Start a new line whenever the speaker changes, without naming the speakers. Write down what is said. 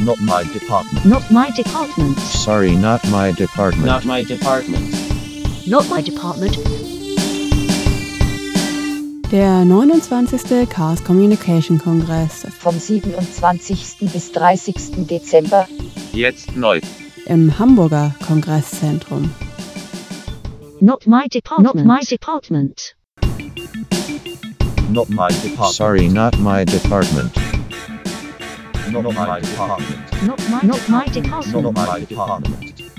Not my department.
Not my department.
Sorry, not my department.
Not my department.
Not my department.
Der 29. Chaos Communication Kongress
vom 27. bis 30. Dezember
Jetzt neu.
im Hamburger Kongresszentrum.
Not my department. Not my department.
Not my department.
Sorry, not my department.
Not my department.
Not my, not my department.
Not my department.